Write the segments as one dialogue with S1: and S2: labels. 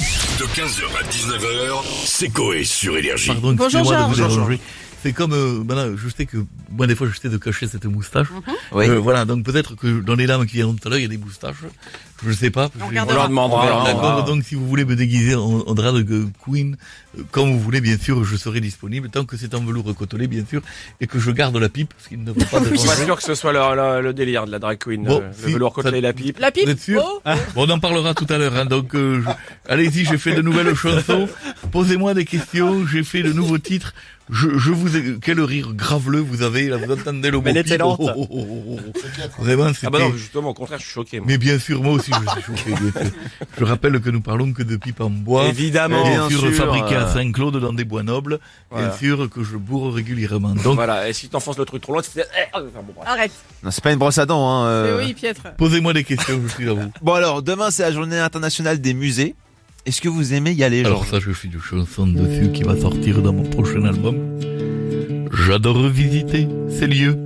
S1: De 15h à 19h, c'est Coé sur Énergie.
S2: Pardon,
S3: Bonjour,
S2: excusez-moi de
S3: Georges.
S2: vous
S3: Bonjour,
S2: déranger. C'est comme, euh, ben là, je sais que moi des fois je sais de cacher cette moustache.
S4: Mhm. Oui.
S2: Euh, voilà, donc peut-être que dans les lames qui viendront tout à l'heure, il y a des moustaches. Je ne sais pas. parce que-
S3: regardera.
S4: On leur demandera.
S2: Voilà,
S4: on leur
S2: D'accord,
S4: demandera.
S2: donc si vous voulez me déguiser en, en drap de euh, Queen, euh, quand vous voulez, bien sûr, je serai disponible, tant que c'est en velours cotelé, bien sûr, et que je garde la pipe, parce qu'il ne va pas de
S4: Je suis pas sûr que ce soit le, le- le délire de la drag queen,
S2: Bon,
S4: euh, le,
S2: si,
S4: velours
S2: ça-
S4: côtelé et la pipe.
S3: La pipe
S2: Vous êtes sûr Ah.
S3: Oh
S2: Bon, on en parlera tout à l'heure. hein, donc, euh, je- allez-y, j'ai fait de nouvelles chansons. Posez-moi des questions. J'ai fait de nouveaux titres. Je, je vous ai- quel rire graveleux vous avez là. Vous entendez le mot
S4: elle était
S2: pipe,
S4: lente.
S2: oh, oh, oh, oh, oh. Vraiment, c'était.
S4: Ah bah non, justement, au contraire, je suis choqué. moi.
S2: mais bien sûr, moi aussi, je suis choqué. bien sûr. Je rappelle que nous parlons que de pipe en bois.
S4: Évidemment,
S2: Bien, sûr, fabriqué à
S4: euh,
S2: Saint-Claude dans des bois nobles.
S4: Voilà.
S2: Bien sûr que je bourre régulièrement. Donc,
S4: Voilà, et si t'enfonces le truc trop loin, tu fais... eh, ah, enfin, bon, bref.
S3: Arrête.
S5: Non, c'est pas une brosse à dents. Hein,
S3: Mais
S5: euh.
S3: oui, piètre.
S2: posez-moi des questions, je suis à vous.
S5: Bon alors, demain c'est la journée internationale des musées. Est-ce que vous aimez y aller,
S2: Alors
S5: Georges
S2: ça, je fais une chanson dessus qui va sortir dans mon prochain album. J'adore visiter ces lieux,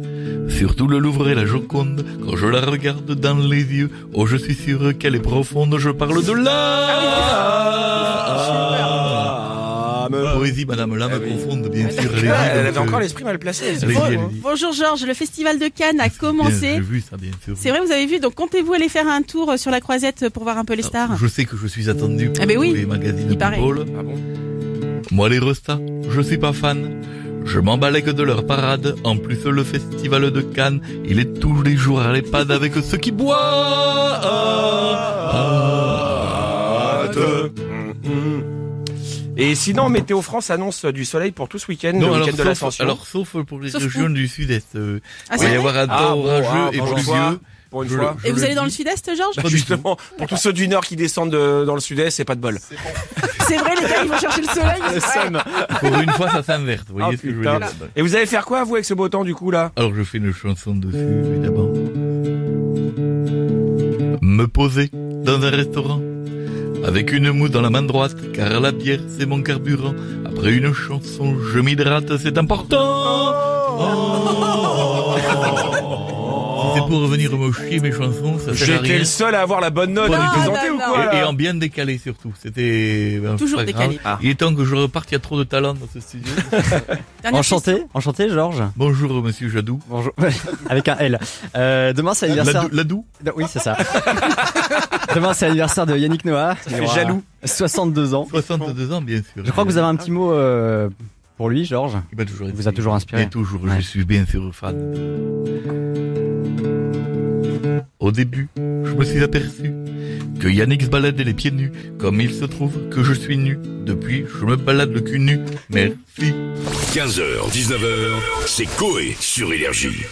S2: surtout le Louvre et la Joconde. Quand je la regarde dans les yeux, oh je suis sûr qu'elle est profonde. Je parle de l'âme.
S4: Ah, me-
S2: Poésie, Madame l'âme
S4: Ah oui.
S2: profonde, bien sûr.
S4: Elle, avait
S2: donc,
S4: encore
S2: euh,
S4: l'esprit mal placé. c'est
S2: allez-y,
S4: fort.
S2: allez-y.
S3: Bonjour Georges, le festival de Cannes a
S2: Bien, J'ai
S3: commencé.
S2: vu ça, bien sûr.
S3: C'est vrai, vous avez vu, donc comptez-vous aller faire un tour euh, sur la croisette pour voir un peu les stars
S2: Euh, Je sais que je suis attendu pour
S3: Ah ben oui,
S2: tous les magazines
S3: il
S2: de
S3: paraît.
S2: football.
S4: Ah bon
S2: Moi les restas, je suis pas fan. Je m'emballais que de leur parade. En plus le festival de Cannes, il est tous les jours à l'EHPAD avec ceux qui boivent.
S4: Mmh. Et sinon, Météo France annonce du soleil pour tout ce week-end,
S2: Non,
S4: le
S2: alors
S4: week-end de
S2: sauf,
S4: l'ascension.
S2: alors sauf pour les
S3: Sauf
S2: régions
S3: où
S2: du sud-est, euh,
S3: Ah,
S2: il va
S3: c'est
S2: y
S3: vrai
S2: avoir un temps
S4: Ah, bon,
S2: orageux
S4: ah,
S2: et
S4: pour une
S2: pluvieux.
S4: fois, pour une
S2: Je
S4: fois.
S2: le-
S3: Et
S2: je
S3: vous allez
S2: le
S3: dans le
S2: dis.
S3: sud-est, Georges
S4: Bah,
S2: pas du
S4: justement, pour tous ceux du nord qui descendent de- dans le sud-est, c'est pas de bol.
S3: C'est vrai, les gars, ils vont chercher le soleil.
S4: Le seum.
S2: Pour une fois, ça s'inverse. Vous voyez
S4: Ah,
S2: ce que je veux
S4: putain.
S2: dire
S4: Et vous allez faire quoi, vous, avec ce beau temps, du coup, là
S2: Alors je fais une chanson dessus, évidemment. Me poser dans un restaurant avec une mousse dans la main droite, car la bière c'est mon carburant. Après une chanson, je m'hydrate, c'est important. Oh. Si C'est pour revenir me chier mes chansons, ça sert à
S4: J'étais
S2: rien.
S4: le seul à avoir la bonne note.
S2: Pas
S4: Vous
S2: du
S4: vous
S2: tout.
S4: plaisantez
S3: Ah,
S4: ou
S3: non,
S4: quoi
S3: non.
S2: Et, et
S4: là
S2: en bien décalé surtout. C'était ben,
S3: Toujours
S2: c'est pas grave.
S3: décalé.
S6: Ah.
S2: Il est temps que je reparte. Il y a trop de talent dans ce studio.
S3: Dernière question.
S6: Enchanté, enchanté Georges.
S2: Bonjour Monsieur Jadou.
S6: Bonjour. Avec un L. Euh, demain c'est l'anniversaire.
S2: Ladou, Ladou
S6: Non, Oui, c'est ça. demain c'est l'anniversaire de Yannick Noah.
S4: fait
S6: Il aura
S4: jaloux.
S6: 62 ans.
S2: 62 ans bien sûr.
S6: Je crois que vous avez un petit mot euh, pour lui, Georges.
S2: Il m'a toujours
S6: Il vous
S2: été-
S6: a toujours
S2: Et
S6: inspiré.
S2: toujours,
S6: Ouais.
S2: je suis bien sûr fan. Au début, je me suis aperçu que Yannick se baladait les pieds nus, comme il se trouve que je suis nu. Depuis, je me balade le cul nu. Merci.
S1: 15h, 19h, c'est Coé sur Énergie.